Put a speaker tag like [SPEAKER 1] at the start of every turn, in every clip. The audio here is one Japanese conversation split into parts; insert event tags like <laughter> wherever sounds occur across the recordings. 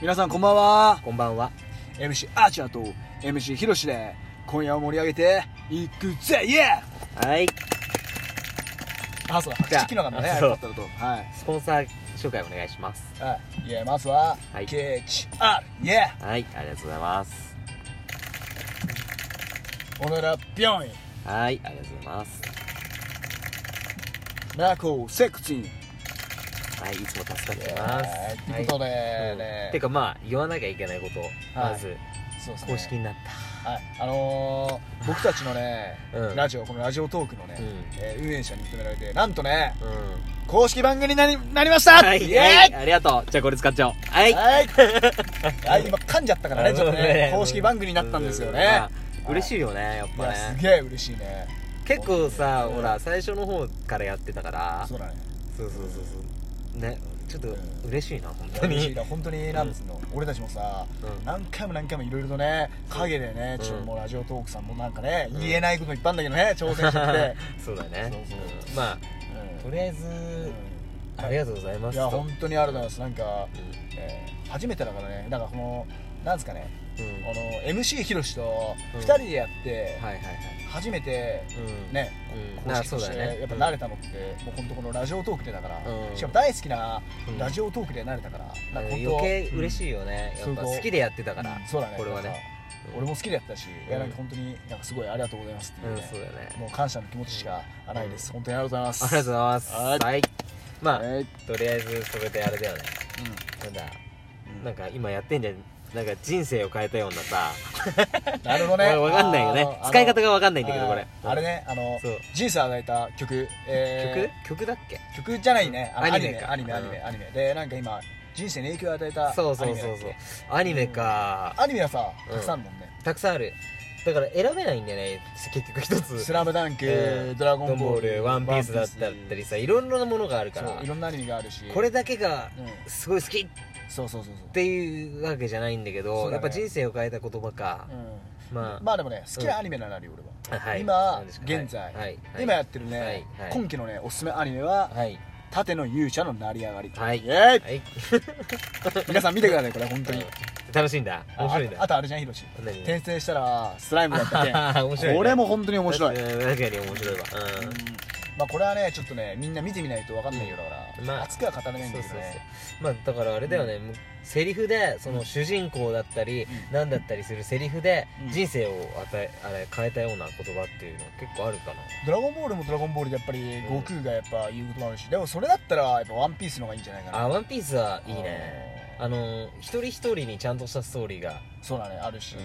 [SPEAKER 1] 皆さんこんばんは
[SPEAKER 2] こんばんは
[SPEAKER 1] MC アーチャーと MC ヒロシで今夜を盛り上げていくぜイエー
[SPEAKER 2] はい
[SPEAKER 1] あそうだ
[SPEAKER 2] じゃあ
[SPEAKER 1] 聞きながらね
[SPEAKER 2] あ
[SPEAKER 1] だ
[SPEAKER 2] そう
[SPEAKER 1] ったらとはい
[SPEAKER 2] スポンサー紹介お願いします
[SPEAKER 1] はいイエーまずは
[SPEAKER 2] はい
[SPEAKER 1] KHR イエ
[SPEAKER 2] はいありがとうございます
[SPEAKER 1] ーおならビョン
[SPEAKER 2] はいありがとうございます
[SPEAKER 1] ナコセクチン
[SPEAKER 2] はいいつも助かってます
[SPEAKER 1] と
[SPEAKER 2] はいいう
[SPEAKER 1] ことで
[SPEAKER 2] うん
[SPEAKER 1] ね
[SPEAKER 2] てかまあ言わなきゃいけないこと
[SPEAKER 1] はい
[SPEAKER 2] まず
[SPEAKER 1] そうですね
[SPEAKER 2] 公式になっ
[SPEAKER 1] はいあの <laughs> ー僕たちのね
[SPEAKER 2] うん
[SPEAKER 1] ラジオこのラジオトークのね
[SPEAKER 2] たうん
[SPEAKER 1] えー運営者に認められてなんとね
[SPEAKER 2] うん
[SPEAKER 1] 公式番組になりなりました
[SPEAKER 2] はい
[SPEAKER 1] イ
[SPEAKER 2] はい
[SPEAKER 1] エ
[SPEAKER 2] ありがとうじゃあこれ使っちゃおうは
[SPEAKER 1] ーイ
[SPEAKER 2] い <laughs>
[SPEAKER 1] はいあ今噛んじゃったからねちょっとね公式番組になったんですよ
[SPEAKER 2] う
[SPEAKER 1] ね
[SPEAKER 2] まあ嬉しいよねやっ
[SPEAKER 1] い
[SPEAKER 2] ぱ
[SPEAKER 1] やす
[SPEAKER 2] ね
[SPEAKER 1] げえ嬉しいね
[SPEAKER 2] 結構さ
[SPEAKER 1] うん
[SPEAKER 2] ほら最初の方からやってたから
[SPEAKER 1] そうだね
[SPEAKER 2] そうそうそうそうねちょっと
[SPEAKER 1] うん
[SPEAKER 2] 嬉しいな本当
[SPEAKER 1] 嬉しい
[SPEAKER 2] に
[SPEAKER 1] な本当になんつうの俺たちもさ
[SPEAKER 2] うん
[SPEAKER 1] 何回も何回もいろいろとね陰でね
[SPEAKER 2] うん
[SPEAKER 1] ちょっともうラジオトークさんもなんかね
[SPEAKER 2] うん
[SPEAKER 1] 言えないこといっぱいあんだけどね挑戦して
[SPEAKER 2] <laughs>
[SPEAKER 1] て
[SPEAKER 2] <laughs> そうだね
[SPEAKER 1] そうそう
[SPEAKER 2] うんまあ
[SPEAKER 1] う
[SPEAKER 2] と
[SPEAKER 1] ん
[SPEAKER 2] りあえずありがとうございま
[SPEAKER 1] い
[SPEAKER 2] す
[SPEAKER 1] や
[SPEAKER 2] と
[SPEAKER 1] 本当にありがとうございますなんか
[SPEAKER 2] う
[SPEAKER 1] えー初めてだからねだからこのなんですかね
[SPEAKER 2] んうん
[SPEAKER 1] あ
[SPEAKER 2] は
[SPEAKER 1] の MC ひろしと
[SPEAKER 2] うん
[SPEAKER 1] 2人でやって
[SPEAKER 2] いはいはい
[SPEAKER 1] 初めて
[SPEAKER 2] うん
[SPEAKER 1] ね
[SPEAKER 2] うん
[SPEAKER 1] 公
[SPEAKER 2] な
[SPEAKER 1] 式
[SPEAKER 2] そ
[SPEAKER 1] と
[SPEAKER 2] う
[SPEAKER 1] し
[SPEAKER 2] だ
[SPEAKER 1] て
[SPEAKER 2] よね
[SPEAKER 1] やっぱ慣れたのってもう本当このラジオトークでだから
[SPEAKER 2] うん
[SPEAKER 1] しかも大好きな
[SPEAKER 2] うん
[SPEAKER 1] ラジオトークで慣れたから
[SPEAKER 2] うん
[SPEAKER 1] なんか本当
[SPEAKER 2] 余計嬉しいよねや
[SPEAKER 1] うん
[SPEAKER 2] っぱ
[SPEAKER 1] すごい
[SPEAKER 2] 好きでやってたか
[SPEAKER 1] う
[SPEAKER 2] ら
[SPEAKER 1] んそうだね
[SPEAKER 2] これは
[SPEAKER 1] なんか
[SPEAKER 2] ね
[SPEAKER 1] さ俺も好きでやってたし、いやなんか本当になんかすごいありがとうございますって
[SPEAKER 2] う
[SPEAKER 1] いうんね、
[SPEAKER 2] そうだよね
[SPEAKER 1] もう感謝の気持ちしかないです、本当にありがとうございま
[SPEAKER 2] あ
[SPEAKER 1] す
[SPEAKER 2] りがとうございます
[SPEAKER 1] はい
[SPEAKER 2] はいまあ
[SPEAKER 1] えー
[SPEAKER 2] とりあえずそれであれだよねなんだ
[SPEAKER 1] うん
[SPEAKER 2] なんか今やってんじゃんなんか人生を変えたようなさ
[SPEAKER 1] なるほどね
[SPEAKER 2] わわかんないよね
[SPEAKER 1] あの
[SPEAKER 2] 使い方がわかんないんだけど
[SPEAKER 1] あ
[SPEAKER 2] これ
[SPEAKER 1] あれねあの
[SPEAKER 2] そう
[SPEAKER 1] 人生を与えた曲、え
[SPEAKER 2] 曲曲だっけ
[SPEAKER 1] ー、曲曲じゃないね、あの
[SPEAKER 2] アニメか
[SPEAKER 1] アニメアニメアニメアニメでなんか今人生に影響を与えた
[SPEAKER 2] そうそうそうそうアニメか
[SPEAKER 1] アニメはさたくさんあるもんね、
[SPEAKER 2] たくさんあるだから選べないんだよね結局一つ
[SPEAKER 1] スラムダンク、
[SPEAKER 2] えー
[SPEAKER 1] ドラ
[SPEAKER 2] ド
[SPEAKER 1] ゴ
[SPEAKER 2] ラゴ
[SPEAKER 1] ン
[SPEAKER 2] ン
[SPEAKER 1] ボ
[SPEAKER 2] ボ
[SPEAKER 1] ー
[SPEAKER 2] ー
[SPEAKER 1] ル
[SPEAKER 2] ル、ワンピースだったりさ、いろんなものがあるか
[SPEAKER 1] そう
[SPEAKER 2] ら
[SPEAKER 1] い、ろんなアニメがあるし
[SPEAKER 2] これだけが
[SPEAKER 1] うん
[SPEAKER 2] すごい好きっ
[SPEAKER 1] そうそうそうそう
[SPEAKER 2] ていうわけじゃないんだ
[SPEAKER 1] そ
[SPEAKER 2] け
[SPEAKER 1] う
[SPEAKER 2] ど、
[SPEAKER 1] だね
[SPEAKER 2] やっぱ人生を変えた言葉か、まあ、
[SPEAKER 1] まあでもね好きなアニメならあるよ俺は、
[SPEAKER 2] はい
[SPEAKER 1] 今
[SPEAKER 2] 何ですか
[SPEAKER 1] 現在、
[SPEAKER 2] はいはい
[SPEAKER 1] 今やってるね、
[SPEAKER 2] はいはい
[SPEAKER 1] 今期のねおすすめアニメは
[SPEAKER 2] はい、
[SPEAKER 1] 「盾の勇者の成り上がり」
[SPEAKER 2] はい、
[SPEAKER 1] イエーイ
[SPEAKER 2] はい、
[SPEAKER 1] 皆さん見てくださいこれ本当に、
[SPEAKER 2] 楽しいんだ、面白いん
[SPEAKER 1] ああ
[SPEAKER 2] だ、
[SPEAKER 1] とあれじゃんヒロシ
[SPEAKER 2] 何
[SPEAKER 1] 転生したらスライムだったけん
[SPEAKER 2] あー <laughs> 面白いね
[SPEAKER 1] これも本当に面白い、うん
[SPEAKER 2] 確かに確かに面白いわ、うん
[SPEAKER 1] まあこれはねちょっとねみんな見てみないと分かんないよだから、
[SPEAKER 2] まあ
[SPEAKER 1] 熱くは語れないん
[SPEAKER 2] そ
[SPEAKER 1] だ
[SPEAKER 2] う
[SPEAKER 1] け
[SPEAKER 2] そ
[SPEAKER 1] ど
[SPEAKER 2] うそう
[SPEAKER 1] ね
[SPEAKER 2] まあだからあれだよね、もうセリフでその主人公だったり、
[SPEAKER 1] う
[SPEAKER 2] なんだったりするセリフで
[SPEAKER 1] うん
[SPEAKER 2] 人生を与えあれ変えたような言葉っていうの結構あるかな
[SPEAKER 1] ドラゴンボールもドラゴンボールでやっぱり悟空がやっぱ言うこともあるしでもそれだったらやっぱワンピースの方がいいんじゃないかな
[SPEAKER 2] あワンピースはいいね
[SPEAKER 1] あ
[SPEAKER 2] あの一人一人にちゃんとしたストーリーが、
[SPEAKER 1] ーそうだねあるし、
[SPEAKER 2] うん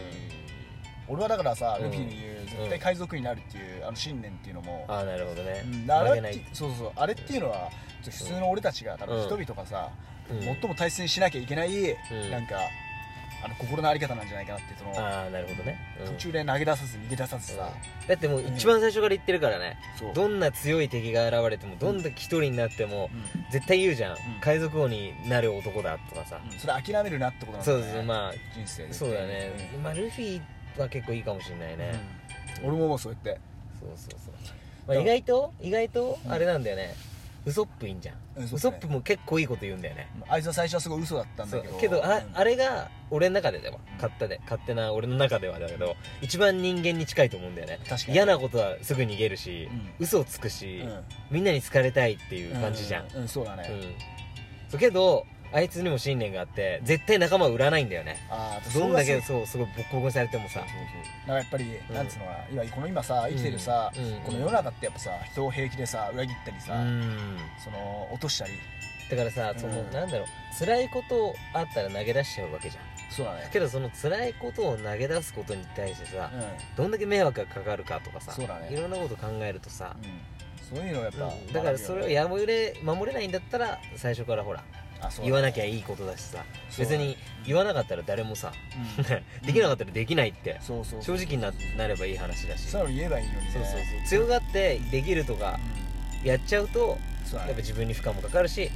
[SPEAKER 1] 俺はだからさ、
[SPEAKER 2] うん
[SPEAKER 1] ルフィの言う絶対海賊になるっていうあの信念っていうのも、
[SPEAKER 2] ああなるほどね、
[SPEAKER 1] うんあ
[SPEAKER 2] 負
[SPEAKER 1] れ
[SPEAKER 2] け
[SPEAKER 1] っ
[SPEAKER 2] ない
[SPEAKER 1] てそうそうそうあれっていうのは普通の俺たちが多分
[SPEAKER 2] うん
[SPEAKER 1] 人々がさ、
[SPEAKER 2] うん
[SPEAKER 1] 最も大切にしなきゃいけない、
[SPEAKER 2] ん
[SPEAKER 1] なんかあの心の在り方なんじゃないかなってその、
[SPEAKER 2] ああなるほどね、う
[SPEAKER 1] 途
[SPEAKER 2] ん
[SPEAKER 1] 中で投げ出さず逃げ出さずさ、
[SPEAKER 2] うんだってもう一番最初から言ってるからね、
[SPEAKER 1] そう
[SPEAKER 2] どんな強い敵が現れてもどんだけ一人になっても、
[SPEAKER 1] うん
[SPEAKER 2] 絶対言うじゃん、
[SPEAKER 1] ん
[SPEAKER 2] 海賊王になる男だとかさ、
[SPEAKER 1] うんそれ諦めるなってことなんだ
[SPEAKER 2] そ
[SPEAKER 1] よ
[SPEAKER 2] う
[SPEAKER 1] ね
[SPEAKER 2] ですねまあ
[SPEAKER 1] 人生で
[SPEAKER 2] そうだね、まあ、ルフィは結構いいかもしれない
[SPEAKER 1] うん
[SPEAKER 2] ね、
[SPEAKER 1] うん俺ももうそうやって
[SPEAKER 2] そうそうそう、まあ、意外と意外とあれなんだよね、ウソップいいんじゃん、
[SPEAKER 1] うん
[SPEAKER 2] ウ
[SPEAKER 1] そう
[SPEAKER 2] ソ
[SPEAKER 1] だ
[SPEAKER 2] ッ
[SPEAKER 1] ね
[SPEAKER 2] プも結構いいこと言うんだよね
[SPEAKER 1] あいつは最初はすごい嘘だったん
[SPEAKER 2] そ
[SPEAKER 1] だ
[SPEAKER 2] う
[SPEAKER 1] けど
[SPEAKER 2] けどあ,、
[SPEAKER 1] うん
[SPEAKER 2] あれが俺の中ででは勝手で勝手な俺の中ではだけど一番人間に近いと思うんだよね
[SPEAKER 1] 確かに
[SPEAKER 2] 嫌なことはすぐ逃げるし、
[SPEAKER 1] うん
[SPEAKER 2] 嘘をつく
[SPEAKER 1] う
[SPEAKER 2] し、
[SPEAKER 1] ん
[SPEAKER 2] みんなに好かれたいっていう感じじゃん、
[SPEAKER 1] うん、うんそうだ
[SPEAKER 2] うん
[SPEAKER 1] ね、
[SPEAKER 2] そうけどあいつにも信念があって絶対仲間を売らないんだよね
[SPEAKER 1] ああ
[SPEAKER 2] どんだけ
[SPEAKER 1] そう
[SPEAKER 2] そうすごいボッコボコにされても
[SPEAKER 1] そ
[SPEAKER 2] さ
[SPEAKER 1] うなんかやっぱり、
[SPEAKER 2] うん
[SPEAKER 1] なんつうのかな今この今さ生きてるさ、
[SPEAKER 2] うんうん
[SPEAKER 1] この世の中ってやっぱさ人を平気でさ裏切ったりさ、
[SPEAKER 2] うん
[SPEAKER 1] その落としたり
[SPEAKER 2] だからさその、
[SPEAKER 1] うん
[SPEAKER 2] なんだろう辛いことあったら投げ出しちゃうわけじゃん
[SPEAKER 1] そうだね
[SPEAKER 2] けどその辛いことを投げ出すことに対してさ、
[SPEAKER 1] う
[SPEAKER 2] どんだけ迷惑がかかるかとかさ
[SPEAKER 1] そうだね
[SPEAKER 2] いろんなこと考えるとさ、
[SPEAKER 1] ん、うん、そういうのやっぱ、
[SPEAKER 2] うんだからそれをやむれ守れないんだったら最初からほら言わなきゃ
[SPEAKER 1] い
[SPEAKER 2] いいことだしさ
[SPEAKER 1] そうだ
[SPEAKER 2] 別
[SPEAKER 1] ね
[SPEAKER 2] に言わなかったら誰もさ <laughs>
[SPEAKER 1] うん
[SPEAKER 2] できなかったらできないって
[SPEAKER 1] そうそう
[SPEAKER 2] 正直にななればいい話だし
[SPEAKER 1] そういうの言えばいいのにね
[SPEAKER 2] そうそうそう強がってできるとかやっちゃうと
[SPEAKER 1] うんそう
[SPEAKER 2] や
[SPEAKER 1] だね
[SPEAKER 2] っぱ自分に負荷もかかるし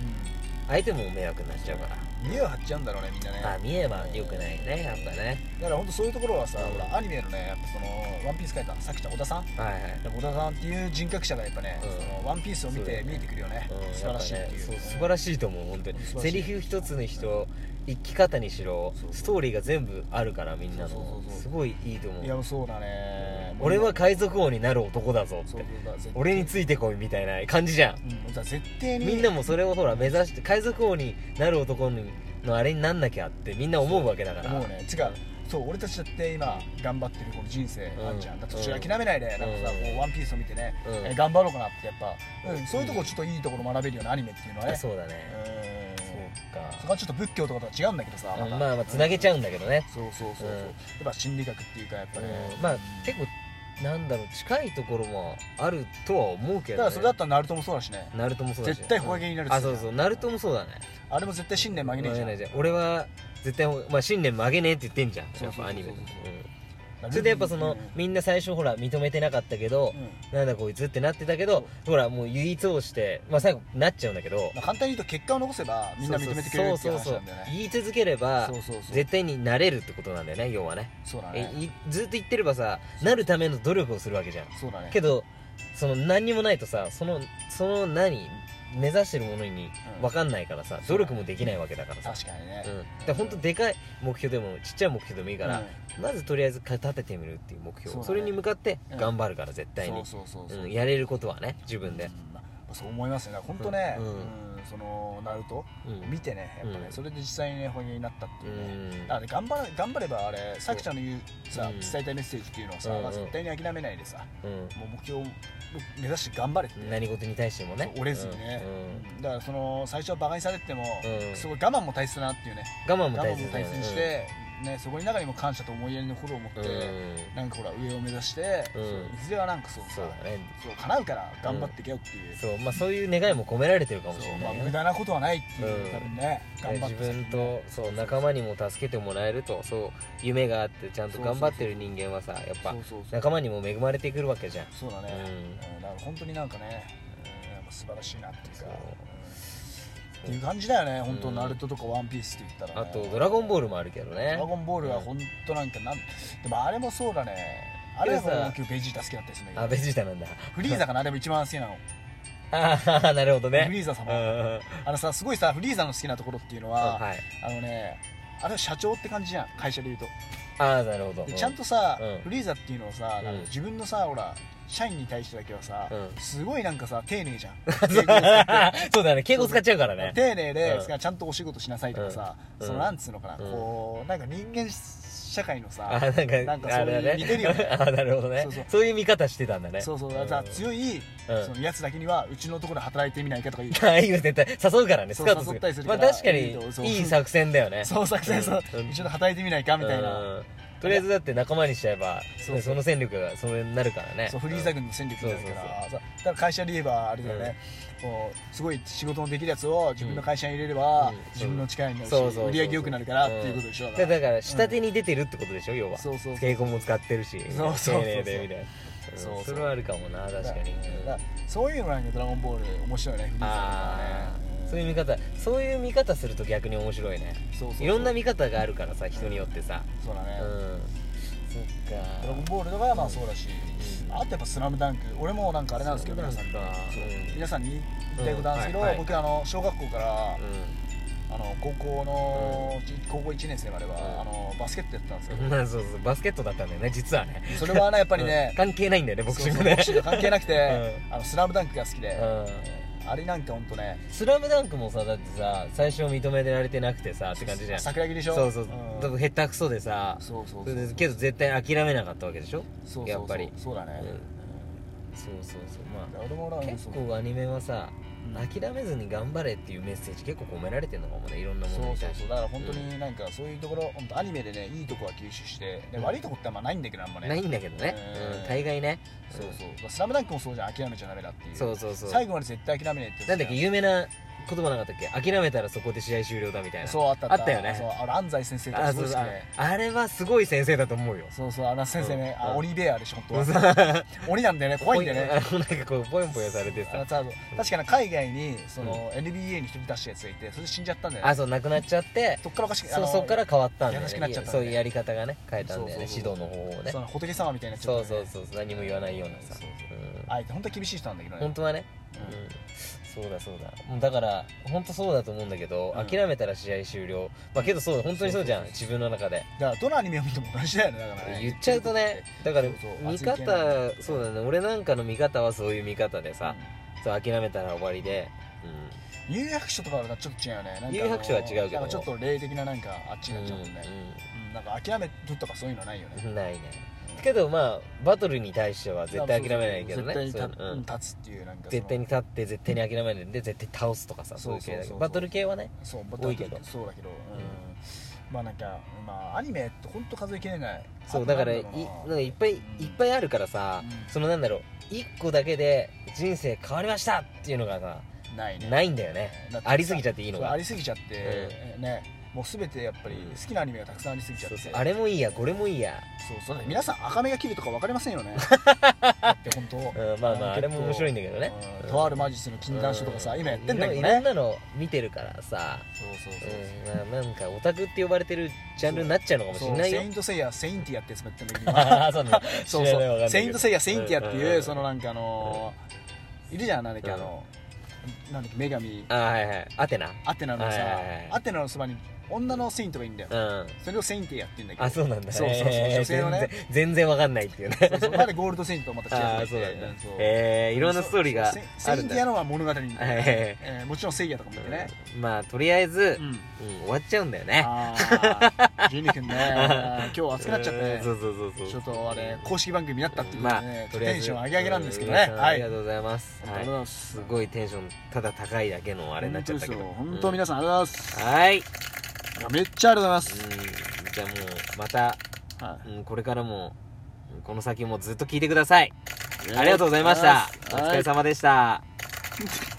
[SPEAKER 2] 相手も迷惑になっちゃうから
[SPEAKER 1] うん見栄を張っちゃうんだろうねみんなね
[SPEAKER 2] まあ見えば良くないねやっぱね
[SPEAKER 1] だから本当そういうところはさ、
[SPEAKER 2] うん
[SPEAKER 1] ほらアニメのねやっぱその「ワンピース描いた作者小田さん
[SPEAKER 2] はいはい
[SPEAKER 1] 小田さんっていう人格者がやっぱね、
[SPEAKER 2] うん
[SPEAKER 1] そのワンピースを見
[SPEAKER 2] そうだ
[SPEAKER 1] て
[SPEAKER 2] よね
[SPEAKER 1] 見えてくるよね、
[SPEAKER 2] うん
[SPEAKER 1] 素晴らしいっ
[SPEAKER 2] やぱ
[SPEAKER 1] て
[SPEAKER 2] ね
[SPEAKER 1] いう
[SPEAKER 2] そう素晴らしいと思う本当に
[SPEAKER 1] 素晴らしい
[SPEAKER 2] セリフ一つの人生き方にしろ
[SPEAKER 1] そう
[SPEAKER 2] ストーリーが全部あるからみんな
[SPEAKER 1] そうそう
[SPEAKER 2] の
[SPEAKER 1] そうそう
[SPEAKER 2] すごいいいと思
[SPEAKER 1] いや
[SPEAKER 2] う
[SPEAKER 1] そうだね
[SPEAKER 2] 俺は
[SPEAKER 1] か
[SPEAKER 2] 海賊王になる男だぞっ
[SPEAKER 1] そう
[SPEAKER 2] て
[SPEAKER 1] そうだ絶対
[SPEAKER 2] 俺についてこいみたいな感じじゃん
[SPEAKER 1] うんだから絶対に
[SPEAKER 2] みんなもそれをほら目指して海賊王になる男にのあれになんなきゃってみんな思うわけだから
[SPEAKER 1] 思うね違うそう俺たちだって今頑張ってるこの人生あるじゃん、
[SPEAKER 2] うん
[SPEAKER 1] だって途中諦めないで、なんかさ
[SPEAKER 2] うん
[SPEAKER 1] こう「ワンピースを見てね、
[SPEAKER 2] うん
[SPEAKER 1] えー頑張ろうかなってやっぱ、うん
[SPEAKER 2] うん
[SPEAKER 1] そういうとこちょっといいところ学べるよねアニメっていうのは
[SPEAKER 2] あ
[SPEAKER 1] ね
[SPEAKER 2] そうだ
[SPEAKER 1] う
[SPEAKER 2] ね
[SPEAKER 1] ん
[SPEAKER 2] そ
[SPEAKER 1] そうこはちょっと仏教とかとは違うんだけどさ
[SPEAKER 2] かうん
[SPEAKER 1] た
[SPEAKER 2] まあまあつなげちゃうんだけどね
[SPEAKER 1] そうそうそうそう、
[SPEAKER 2] うん
[SPEAKER 1] やっぱ心理学っていうかやっぱね、
[SPEAKER 2] うんまあ結構なんだろう近いところもあるとは思う
[SPEAKER 1] だ
[SPEAKER 2] けど、ね、
[SPEAKER 1] からそれだったらナルトもそうだしね
[SPEAKER 2] ナルトもそうだし
[SPEAKER 1] 絶対ホワゲになる
[SPEAKER 2] うんあそうそうナルトもそうだね
[SPEAKER 1] あれも絶対信念曲げねえじゃん
[SPEAKER 2] 曲げないじゃん俺は絶対まあ信念曲げねえって言ってんじゃん
[SPEAKER 1] そ
[SPEAKER 2] や
[SPEAKER 1] う
[SPEAKER 2] っ
[SPEAKER 1] そうそうそう
[SPEAKER 2] ぱアニメとかうんそれでやっぱそのみんな最初ほら認めてなかったけ
[SPEAKER 1] う
[SPEAKER 2] ど
[SPEAKER 1] ん、うん
[SPEAKER 2] なんだこいつってなってたけどほらもう唯一をしてまあ最後なっちゃうんだけど
[SPEAKER 1] まあ、簡単に言うと結果を残せばみんな認めてくれるっていう話なんだよ
[SPEAKER 2] そうそうそ
[SPEAKER 1] ね
[SPEAKER 2] う言い続ければ
[SPEAKER 1] そうそうそう
[SPEAKER 2] 絶対になれるってことなんだよね要はね
[SPEAKER 1] そうだ
[SPEAKER 2] え
[SPEAKER 1] ね
[SPEAKER 2] いずっと言ってればさなるための努力をするわけじゃん
[SPEAKER 1] そうだね
[SPEAKER 2] けどその何にもないとさそのその何目指してるものに
[SPEAKER 1] うん
[SPEAKER 2] 分かんないからさ
[SPEAKER 1] そう
[SPEAKER 2] 努力もできないわけだからさ
[SPEAKER 1] 確かにね、
[SPEAKER 2] うん、で本当でかい目標でもちっちゃい目標でもいいから、
[SPEAKER 1] うん
[SPEAKER 2] まずとりあえず立ててみるっていう目標
[SPEAKER 1] そう
[SPEAKER 2] そ,、
[SPEAKER 1] だね
[SPEAKER 2] れに向かって
[SPEAKER 1] うん
[SPEAKER 2] 頑張るから絶対に、
[SPEAKER 1] そうそうそうそう、
[SPEAKER 2] うん、やれることはね自分で、
[SPEAKER 1] まあそう思いますねだから本当ね、う
[SPEAKER 2] うんん
[SPEAKER 1] そのナルト
[SPEAKER 2] うん
[SPEAKER 1] 見てねやっぱね、
[SPEAKER 2] うん
[SPEAKER 1] それで実際にね本気になったっていうね、
[SPEAKER 2] うん
[SPEAKER 1] あれ頑張ら頑張ればあれさくちゃんの言うさ、
[SPEAKER 2] うん
[SPEAKER 1] 伝えたいメッセージっていうのはさ、
[SPEAKER 2] うんうん
[SPEAKER 1] まあ、絶対に諦めないでさ
[SPEAKER 2] う
[SPEAKER 1] もう目標を目指して頑張れって、
[SPEAKER 2] ん、何事に対してもね
[SPEAKER 1] 折れずにね、うんだからその最初はバカにされても、
[SPEAKER 2] うん
[SPEAKER 1] すごい我慢も大切だなっていうね
[SPEAKER 2] うん我慢も
[SPEAKER 1] 我
[SPEAKER 2] 大
[SPEAKER 1] 慢
[SPEAKER 2] 切
[SPEAKER 1] も
[SPEAKER 2] だ
[SPEAKER 1] 大
[SPEAKER 2] よ
[SPEAKER 1] 切
[SPEAKER 2] ね
[SPEAKER 1] にして、ね、そこに中にも感謝と思いやりの心を持って、
[SPEAKER 2] うん
[SPEAKER 1] なんかほら上を目指して、
[SPEAKER 2] うん
[SPEAKER 1] そういずれはなんかそうさ
[SPEAKER 2] そうだね
[SPEAKER 1] そう叶うから頑張ってけよっていう,、
[SPEAKER 2] そうまあそういう願いも込められてるかもし
[SPEAKER 1] そ
[SPEAKER 2] れ
[SPEAKER 1] う
[SPEAKER 2] な
[SPEAKER 1] まあ、
[SPEAKER 2] い
[SPEAKER 1] 無
[SPEAKER 2] ね
[SPEAKER 1] 駄なことはないっていう、
[SPEAKER 2] うん
[SPEAKER 1] 多分ね頑張っ
[SPEAKER 2] 自
[SPEAKER 1] て
[SPEAKER 2] 分とそう仲間にも助けてもらえるとそう夢があってちゃんと頑張ってる人間はさやっぱ
[SPEAKER 1] そうそうそう
[SPEAKER 2] 仲間にも恵まれてくるわけじゃん
[SPEAKER 1] そうだね、うんだから本当になんかね、うん、やっぱ素晴らしいなっていうか
[SPEAKER 2] そう
[SPEAKER 1] うんっていう感じだよね本当、
[SPEAKER 2] うん
[SPEAKER 1] ナルトとかワンピースって言ったら、
[SPEAKER 2] あ
[SPEAKER 1] ね、
[SPEAKER 2] と「ドラゴンボール」もあるけどね
[SPEAKER 1] ドラゴンボールは本当なんかなんでもあれもそうだねあれはもう今日ベジータ好きだったりするん
[SPEAKER 2] あ
[SPEAKER 1] だけ
[SPEAKER 2] ベ
[SPEAKER 1] ど
[SPEAKER 2] ジータなんだ
[SPEAKER 1] フリーザかなでも一番好きなの
[SPEAKER 2] ああなるほどね
[SPEAKER 1] フリーザ
[SPEAKER 2] う
[SPEAKER 1] 様
[SPEAKER 2] んうんうん
[SPEAKER 1] あのさすごいさフリーザの好きなところっていうのは、
[SPEAKER 2] はい
[SPEAKER 1] あのねあれは社長って感じじゃん会社で言うと
[SPEAKER 2] ああなるほど
[SPEAKER 1] でちゃんとさ、
[SPEAKER 2] うん
[SPEAKER 1] フリーザっていうのをさ、なん
[SPEAKER 2] うん
[SPEAKER 1] か自分のさほら社員に対してだけはさ、
[SPEAKER 2] うん <laughs>
[SPEAKER 1] すごいなんかさ丁寧じゃん
[SPEAKER 2] そうだね敬語使っちゃうからね
[SPEAKER 1] 丁寧で、
[SPEAKER 2] うん
[SPEAKER 1] ちゃんとお仕事しなさいとかさ、
[SPEAKER 2] うん
[SPEAKER 1] そのなんつうのかな、
[SPEAKER 2] うん
[SPEAKER 1] こうなんか人間社会の
[SPEAKER 2] あ
[SPEAKER 1] さ、
[SPEAKER 2] なんか
[SPEAKER 1] なんか
[SPEAKER 2] あれ
[SPEAKER 1] そう
[SPEAKER 2] だ
[SPEAKER 1] いう似てるよね
[SPEAKER 2] <laughs> あなるほどね
[SPEAKER 1] そうそう
[SPEAKER 2] そういう見方してたんだね
[SPEAKER 1] そうそうだから
[SPEAKER 2] ん
[SPEAKER 1] 強い、そのやつだけにはうちのところで働いてみないかとか言う
[SPEAKER 2] <laughs> ああいう絶対誘うからね
[SPEAKER 1] そ
[SPEAKER 2] ス
[SPEAKER 1] う
[SPEAKER 2] カウトす
[SPEAKER 1] 誘っ
[SPEAKER 2] る
[SPEAKER 1] たりする
[SPEAKER 2] ま
[SPEAKER 1] か
[SPEAKER 2] あ
[SPEAKER 1] ら
[SPEAKER 2] 確か
[SPEAKER 1] いいとそう
[SPEAKER 2] にいい作戦だよね
[SPEAKER 1] そう作戦そう
[SPEAKER 2] うん
[SPEAKER 1] 一緒に働いてみないかみたいな、
[SPEAKER 2] うんとりあえずだって仲間にしちゃえば
[SPEAKER 1] そうそう
[SPEAKER 2] その戦力がそれになるからね
[SPEAKER 1] そうフリーザ軍の戦力になるから、そうだから会社で言えばあれだよね、こうすごい仕事のできるやつを自分の会社に入れれば、
[SPEAKER 2] うん
[SPEAKER 1] 自分の力になるし、
[SPEAKER 2] そうそうそうそう
[SPEAKER 1] 売り上げ良くなるからっていうことでしょ、
[SPEAKER 2] うん
[SPEAKER 1] だ
[SPEAKER 2] で
[SPEAKER 1] から
[SPEAKER 2] だから下手に出てるってことでしょ、要は
[SPEAKER 1] そうそうそう
[SPEAKER 2] 稽古も使ってるし
[SPEAKER 1] そうそうそう
[SPEAKER 2] 丁寧でみたいなうん
[SPEAKER 1] そうそう
[SPEAKER 2] それはあるかもな確かに
[SPEAKER 1] だからそういうのなんかドラゴンボール面白いねフリーザ軍
[SPEAKER 2] あ
[SPEAKER 1] はね
[SPEAKER 2] あそういう見方そういう見方すると逆に面白いね
[SPEAKER 1] そうそうそう
[SPEAKER 2] いろんな見方があるからさ人によってさ
[SPEAKER 1] そうだ
[SPEAKER 2] う
[SPEAKER 1] ね、
[SPEAKER 2] んそっか
[SPEAKER 1] ドラゴンボールとかはまあそうだし、
[SPEAKER 2] うん
[SPEAKER 1] あとやっぱ「スラムダンク俺もなんかあれなんですけど皆さんに
[SPEAKER 2] そうなんだ
[SPEAKER 1] そう
[SPEAKER 2] うん
[SPEAKER 1] 皆さんに言いたいことなんですけど、
[SPEAKER 2] うんはいはい
[SPEAKER 1] 僕あの小学校から、
[SPEAKER 2] う
[SPEAKER 1] あの高校の、高校1年生までは、
[SPEAKER 2] うん
[SPEAKER 1] あのバスケットやってたんですよ、
[SPEAKER 2] んまあそうそうバスケットだったんだよね実はね
[SPEAKER 1] それはねやっぱり
[SPEAKER 2] う
[SPEAKER 1] ね
[SPEAKER 2] ん、関係ないんだよねボク
[SPEAKER 1] そう
[SPEAKER 2] シン
[SPEAKER 1] そう
[SPEAKER 2] グね
[SPEAKER 1] ボクシング関係なくて、
[SPEAKER 2] う
[SPEAKER 1] あのスラムダンクが好きで、
[SPEAKER 2] う
[SPEAKER 1] あれなんか本当ね
[SPEAKER 2] んスラムダンクもさだってさ最初認められてなくてさって感じじゃん
[SPEAKER 1] 桜木でしょ
[SPEAKER 2] そうそう
[SPEAKER 1] うん
[SPEAKER 2] だから下手くそでさ
[SPEAKER 1] そうそう
[SPEAKER 2] それ
[SPEAKER 1] そう
[SPEAKER 2] でけど絶対諦めなかったわけでしょ
[SPEAKER 1] そうそうそう
[SPEAKER 2] やっぱり
[SPEAKER 1] そうだね、
[SPEAKER 2] うん
[SPEAKER 1] うん
[SPEAKER 2] そうそうそうま
[SPEAKER 1] だから俺もな
[SPEAKER 2] あ
[SPEAKER 1] んか
[SPEAKER 2] 結
[SPEAKER 1] そう
[SPEAKER 2] 構アニメはさ
[SPEAKER 1] うん
[SPEAKER 2] 諦めずに頑張れっていうメッセージ結構込められてるのかもねいろんなも
[SPEAKER 1] そ
[SPEAKER 2] の
[SPEAKER 1] う
[SPEAKER 2] に
[SPEAKER 1] そう
[SPEAKER 2] 対し
[SPEAKER 1] そ
[SPEAKER 2] て
[SPEAKER 1] うだから本当になんかそういうところ本当アニメでねいいとこは吸収してで
[SPEAKER 2] うん
[SPEAKER 1] 悪いとこってあんまないんだけどあんまね
[SPEAKER 2] ないんだけどね
[SPEAKER 1] うん
[SPEAKER 2] うん大概ね
[SPEAKER 1] そうそう「スラムダンクもそうじゃん諦めちゃダメだっていう
[SPEAKER 2] そうそうそう
[SPEAKER 1] 最後まで絶対諦めねえって
[SPEAKER 2] なんだっけ有名な言葉なかったっけ諦めたらそこで試合終了だみたいな
[SPEAKER 1] そうあった
[SPEAKER 2] あったよね
[SPEAKER 1] そうあの安西先生とか
[SPEAKER 2] あ
[SPEAKER 1] す
[SPEAKER 2] そ
[SPEAKER 1] ご
[SPEAKER 2] う
[SPEAKER 1] い好き
[SPEAKER 2] そう
[SPEAKER 1] で
[SPEAKER 2] ああれはすごい先生だと思うよ
[SPEAKER 1] そうそうあの先生ね
[SPEAKER 2] うん
[SPEAKER 1] あ
[SPEAKER 2] うん
[SPEAKER 1] 鬼ベアでしょ本当は鬼なんだよね怖いんだよ
[SPEAKER 2] <laughs>
[SPEAKER 1] ね
[SPEAKER 2] ぽいなんかこうぽよぽよされて
[SPEAKER 1] あの
[SPEAKER 2] さ
[SPEAKER 1] 多分確かに海外にその NBA に一人出したやつがいてそれで死んじゃったんだよ
[SPEAKER 2] あ
[SPEAKER 1] ね
[SPEAKER 2] そうなくなっちゃって
[SPEAKER 1] そっからおかしくあ
[SPEAKER 2] そう
[SPEAKER 1] の
[SPEAKER 2] そっから変わったんだよ
[SPEAKER 1] 優
[SPEAKER 2] ね
[SPEAKER 1] しくなっちゃったんだ
[SPEAKER 2] そ
[SPEAKER 1] よね
[SPEAKER 2] ういうやり方がね変えたんだよね
[SPEAKER 1] そう
[SPEAKER 2] 指
[SPEAKER 1] そうそう
[SPEAKER 2] 導の方法をね
[SPEAKER 1] その仏様みたいになっちゃ
[SPEAKER 2] そ
[SPEAKER 1] っ
[SPEAKER 2] う
[SPEAKER 1] たんだ
[SPEAKER 2] そ
[SPEAKER 1] よ
[SPEAKER 2] う
[SPEAKER 1] ね
[SPEAKER 2] そうそう何も言わないようなさ
[SPEAKER 1] そうそう
[SPEAKER 2] うん
[SPEAKER 1] あえて本当は厳しい人なんだけどね
[SPEAKER 2] 本当はね
[SPEAKER 1] うん
[SPEAKER 2] うんそうだそうだもうだから本当そうだと思うんだけど、
[SPEAKER 1] うん
[SPEAKER 2] 諦めたら試合終了まあけどそう本当にそうじゃん
[SPEAKER 1] そう
[SPEAKER 2] 自分の中で
[SPEAKER 1] だからどのアニメを見ても同じだよねだからね
[SPEAKER 2] 言っちゃうとねだから
[SPEAKER 1] そうそう
[SPEAKER 2] 見
[SPEAKER 1] 熱い系なんだよ
[SPEAKER 2] 方そうだね俺なんかの見方はそういう見方でさ、そう諦めたら終わりで、
[SPEAKER 1] うん有白書とかはちょっと違うよねなんかあの
[SPEAKER 2] 有白書は違うけど
[SPEAKER 1] なんかちょっと霊的ななんかあっち
[SPEAKER 2] うん
[SPEAKER 1] になっちゃうもんね、うんなんか諦めるとかそういうのはないよね
[SPEAKER 2] うんないねけどまあバトルに対しては絶対諦めないけど
[SPEAKER 1] 絶
[SPEAKER 2] ね
[SPEAKER 1] 対に立,、
[SPEAKER 2] そううん
[SPEAKER 1] 立つっていうなんかその
[SPEAKER 2] 絶対に立って絶対に諦めないで絶対倒すとかさそういう系
[SPEAKER 1] そうそう
[SPEAKER 2] だけど
[SPEAKER 1] そうそう
[SPEAKER 2] バトル系はね
[SPEAKER 1] そうバ
[SPEAKER 2] 多いけど
[SPEAKER 1] そうだけど、うんまあなんかまあアニメって本当数えきれない
[SPEAKER 2] そうだからい
[SPEAKER 1] あと
[SPEAKER 2] なん
[SPEAKER 1] な
[SPEAKER 2] か
[SPEAKER 1] ん
[SPEAKER 2] いっぱいいっぱいあるから
[SPEAKER 1] な
[SPEAKER 2] さ、
[SPEAKER 1] うん
[SPEAKER 2] そのなんだろう1個だけで人生変わりましたっていうのがさ
[SPEAKER 1] ないね
[SPEAKER 2] ないんだよね
[SPEAKER 1] だって
[SPEAKER 2] ありすぎちゃっていいの
[SPEAKER 1] そうあ
[SPEAKER 2] が
[SPEAKER 1] りすぎちゃって、ねもう全てやっぱり
[SPEAKER 2] うん
[SPEAKER 1] 好きなアニメがたくさんありすぎちゃっ
[SPEAKER 2] そ
[SPEAKER 1] て
[SPEAKER 2] うそうあれもいいやこれもいいや、
[SPEAKER 1] そうそうだって皆さん赤目が切るとか分かりませんよ
[SPEAKER 2] <laughs>
[SPEAKER 1] ねだって本当
[SPEAKER 2] うん、まあまああ
[SPEAKER 1] 結
[SPEAKER 2] れ
[SPEAKER 1] 構
[SPEAKER 2] も面白いんだけどね
[SPEAKER 1] う
[SPEAKER 2] うんん
[SPEAKER 1] とある魔術の禁断書とかさ今やってんだけど
[SPEAKER 2] いろいろ
[SPEAKER 1] ね
[SPEAKER 2] んなの見てるからさ、
[SPEAKER 1] そうそう
[SPEAKER 2] う
[SPEAKER 1] そうそうん
[SPEAKER 2] まあ、なんかオタクって呼ばれてるジャンルになっちゃうのかもし
[SPEAKER 1] そ
[SPEAKER 2] れ
[SPEAKER 1] う
[SPEAKER 2] ないよ
[SPEAKER 1] セイントセイヤセインティアってやつもやってん
[SPEAKER 2] <laughs>
[SPEAKER 1] だけど
[SPEAKER 2] ああそうなんだ
[SPEAKER 1] <laughs> そう
[SPEAKER 2] 知
[SPEAKER 1] そ
[SPEAKER 2] らないわかんな
[SPEAKER 1] う
[SPEAKER 2] い
[SPEAKER 1] セイントセイヤセインティアって
[SPEAKER 2] うんうん
[SPEAKER 1] いううんそのなんかあのーいるじゃんなんだっけあのなんだっけ女神
[SPEAKER 2] あーはいはいアテナ
[SPEAKER 1] アテナのさ
[SPEAKER 2] はいはいはい
[SPEAKER 1] アテナのそばに女のセイントがいるんだよ
[SPEAKER 2] うん
[SPEAKER 1] それをセインティアって言うんだけど
[SPEAKER 2] あそうなんだ
[SPEAKER 1] そうそうそう
[SPEAKER 2] えー
[SPEAKER 1] 女性のね
[SPEAKER 2] 全然全然わかんないっていうね
[SPEAKER 1] そうそうまでゴールドセイントとまた違
[SPEAKER 2] あ
[SPEAKER 1] う
[SPEAKER 2] あそうなんだ
[SPEAKER 1] <laughs> んそう
[SPEAKER 2] えーいろんなストーリーが
[SPEAKER 1] そうセセ
[SPEAKER 2] あ
[SPEAKER 1] イ
[SPEAKER 2] るん
[SPEAKER 1] ン
[SPEAKER 2] だ
[SPEAKER 1] ティアのは物語みたいな
[SPEAKER 2] はいはいはい
[SPEAKER 1] えーもちろんセイヤとかもいてね
[SPEAKER 2] うんまあとりあえず
[SPEAKER 1] う、ん
[SPEAKER 2] うん、終わっちゃうんだよね
[SPEAKER 1] ああジュニ君
[SPEAKER 2] <laughs>
[SPEAKER 1] ね今日熱くなっちゃった
[SPEAKER 2] う
[SPEAKER 1] ね
[SPEAKER 2] んそうそうそう
[SPEAKER 1] ち
[SPEAKER 2] そ
[SPEAKER 1] ょ
[SPEAKER 2] う
[SPEAKER 1] っとあれ公式番組になったっていうこと
[SPEAKER 2] ま
[SPEAKER 1] で
[SPEAKER 2] あ
[SPEAKER 1] ね
[SPEAKER 2] とりあえず
[SPEAKER 1] テンション上げ上げなんですけど
[SPEAKER 2] う
[SPEAKER 1] ね
[SPEAKER 2] 皆さん
[SPEAKER 1] は
[SPEAKER 2] あ
[SPEAKER 1] い
[SPEAKER 2] りがとうございます、
[SPEAKER 1] ありがとうございます
[SPEAKER 2] すごいテンションただ高いだけのあれになっちゃったけど
[SPEAKER 1] 本当皆
[SPEAKER 2] さ
[SPEAKER 1] さんありがとうございます、
[SPEAKER 2] はい、うん、
[SPEAKER 1] めっちゃありがとうござい
[SPEAKER 2] じゃあもうまた、
[SPEAKER 1] ます、
[SPEAKER 2] うん、これからもうんこの先もずっと聞いてください
[SPEAKER 1] はい
[SPEAKER 2] ありがとうございましたお
[SPEAKER 1] ありがとうございます
[SPEAKER 2] 疲れ様でした、
[SPEAKER 1] はい